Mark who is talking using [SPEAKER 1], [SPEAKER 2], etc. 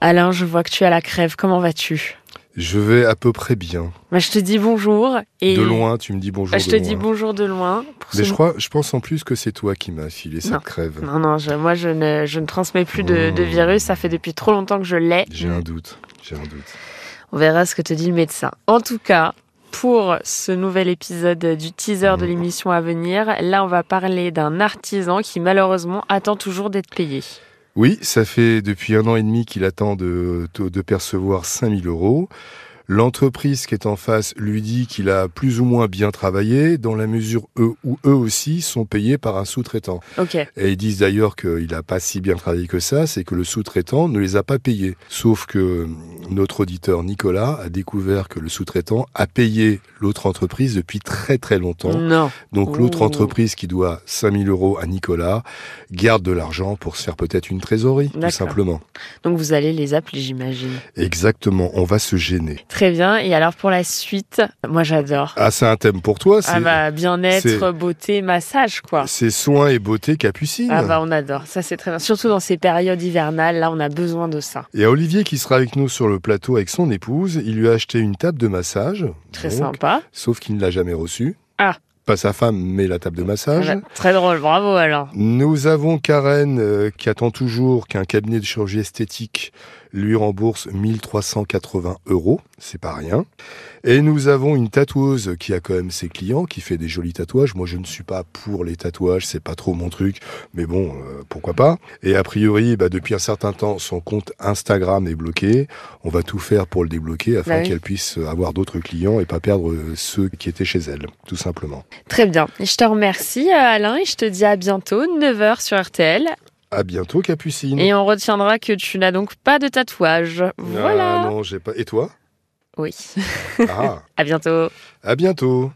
[SPEAKER 1] Alain, je vois que tu as la crève. Comment vas-tu
[SPEAKER 2] Je vais à peu près bien.
[SPEAKER 1] Bah, Je te dis bonjour. Et
[SPEAKER 2] De loin, tu me dis bonjour.
[SPEAKER 1] Bah, je
[SPEAKER 2] de
[SPEAKER 1] te
[SPEAKER 2] loin.
[SPEAKER 1] dis bonjour de loin. pour
[SPEAKER 2] Mais
[SPEAKER 1] ce-
[SPEAKER 2] je crois, je pense en plus que c'est toi qui m'as filé cette
[SPEAKER 1] Non.
[SPEAKER 2] crève.
[SPEAKER 1] Non, non, je- moi je ne, je ne transmets plus de, de
[SPEAKER 2] Mmh.
[SPEAKER 1] virus. Ça fait depuis trop longtemps que je l'ai.
[SPEAKER 2] J'ai un doute. J'ai un doute.
[SPEAKER 1] On verra ce que te dit le médecin. En tout cas, pour ce nouvel épisode du teaser de
[SPEAKER 2] Mmh.
[SPEAKER 1] l'émission à venir, là on va parler d'un artisan qui malheureusement attend toujours d'être payé.
[SPEAKER 2] Oui, ça fait depuis un an et demi qu'il attend de, de percevoir 5000 euros. L'entreprise qui est en face lui dit qu'il a plus ou moins bien travaillé, dans la mesure eux- où eux aussi sont payés par un sous-traitant.
[SPEAKER 1] Ok.
[SPEAKER 2] Et ils disent d'ailleurs qu'il n'a pas si bien travaillé que ça, c'est que le sous-traitant ne les a pas payés. Sauf que euh, notre auditeur Nicolas a découvert que le sous-traitant a payé l'autre entreprise depuis très très longtemps.
[SPEAKER 1] Non.
[SPEAKER 2] Donc l'autre
[SPEAKER 1] Ouh.
[SPEAKER 2] entreprise qui doit 5000 euros à Nicolas garde de l'argent pour se faire peut-être une trésorerie, tout
[SPEAKER 1] D'accord.
[SPEAKER 2] simplement.
[SPEAKER 1] Donc vous allez les appeler, j'imagine.
[SPEAKER 2] Exactement, on va se gêner.
[SPEAKER 1] Très bien. Et alors pour la suite, moi j'adore.
[SPEAKER 2] Ah, c'est un thème pour toi, c'est
[SPEAKER 1] Ah bah bien-être,
[SPEAKER 2] c'est-
[SPEAKER 1] beauté, massage quoi.
[SPEAKER 2] c'est soins et beauté capucine.
[SPEAKER 1] Ah bah on adore, ça c'est très bien. Surtout dans ces périodes hivernales, là on a besoin de ça.
[SPEAKER 2] Et Olivier qui sera avec nous sur le plateau avec son épouse, il lui a acheté une table de massage.
[SPEAKER 1] Très
[SPEAKER 2] Donc,
[SPEAKER 1] sympa.
[SPEAKER 2] sauf qu'il ne l'a jamais reçu.
[SPEAKER 1] Ah.
[SPEAKER 2] Pas sa femme, mais la table de massage.
[SPEAKER 1] Voilà. Très drôle, bravo alors.
[SPEAKER 2] Nous avons Karen euh, qui attend toujours qu'un cabinet de chirurgie esthétique lui rembourse 1380 euros, c'est pas rien. Et nous avons une tatoueuse qui a quand même ses clients, qui fait des jolis tatouages. Moi je ne suis pas pour les tatouages, c'est pas trop mon truc, mais bon, euh, pourquoi pas. Et a priori, bah, depuis un certain temps, son compte Instagram est bloqué. On va tout faire pour le débloquer afin
[SPEAKER 1] Bah oui.
[SPEAKER 2] qu'elle puisse avoir d'autres clients et pas perdre euh, ceux qui étaient chez elle, tout simplement.
[SPEAKER 1] Très bien. Et je te remercie euh, Alain et je te dis à bientôt, 9h sur RTL.
[SPEAKER 2] À bientôt Capucine
[SPEAKER 1] Et on retiendra que tu n'as donc pas de tatouage. Voilà.
[SPEAKER 2] Ah non, j'ai pas. Et toi
[SPEAKER 1] oui.
[SPEAKER 2] Ah,
[SPEAKER 1] à bientôt.
[SPEAKER 2] à bientôt.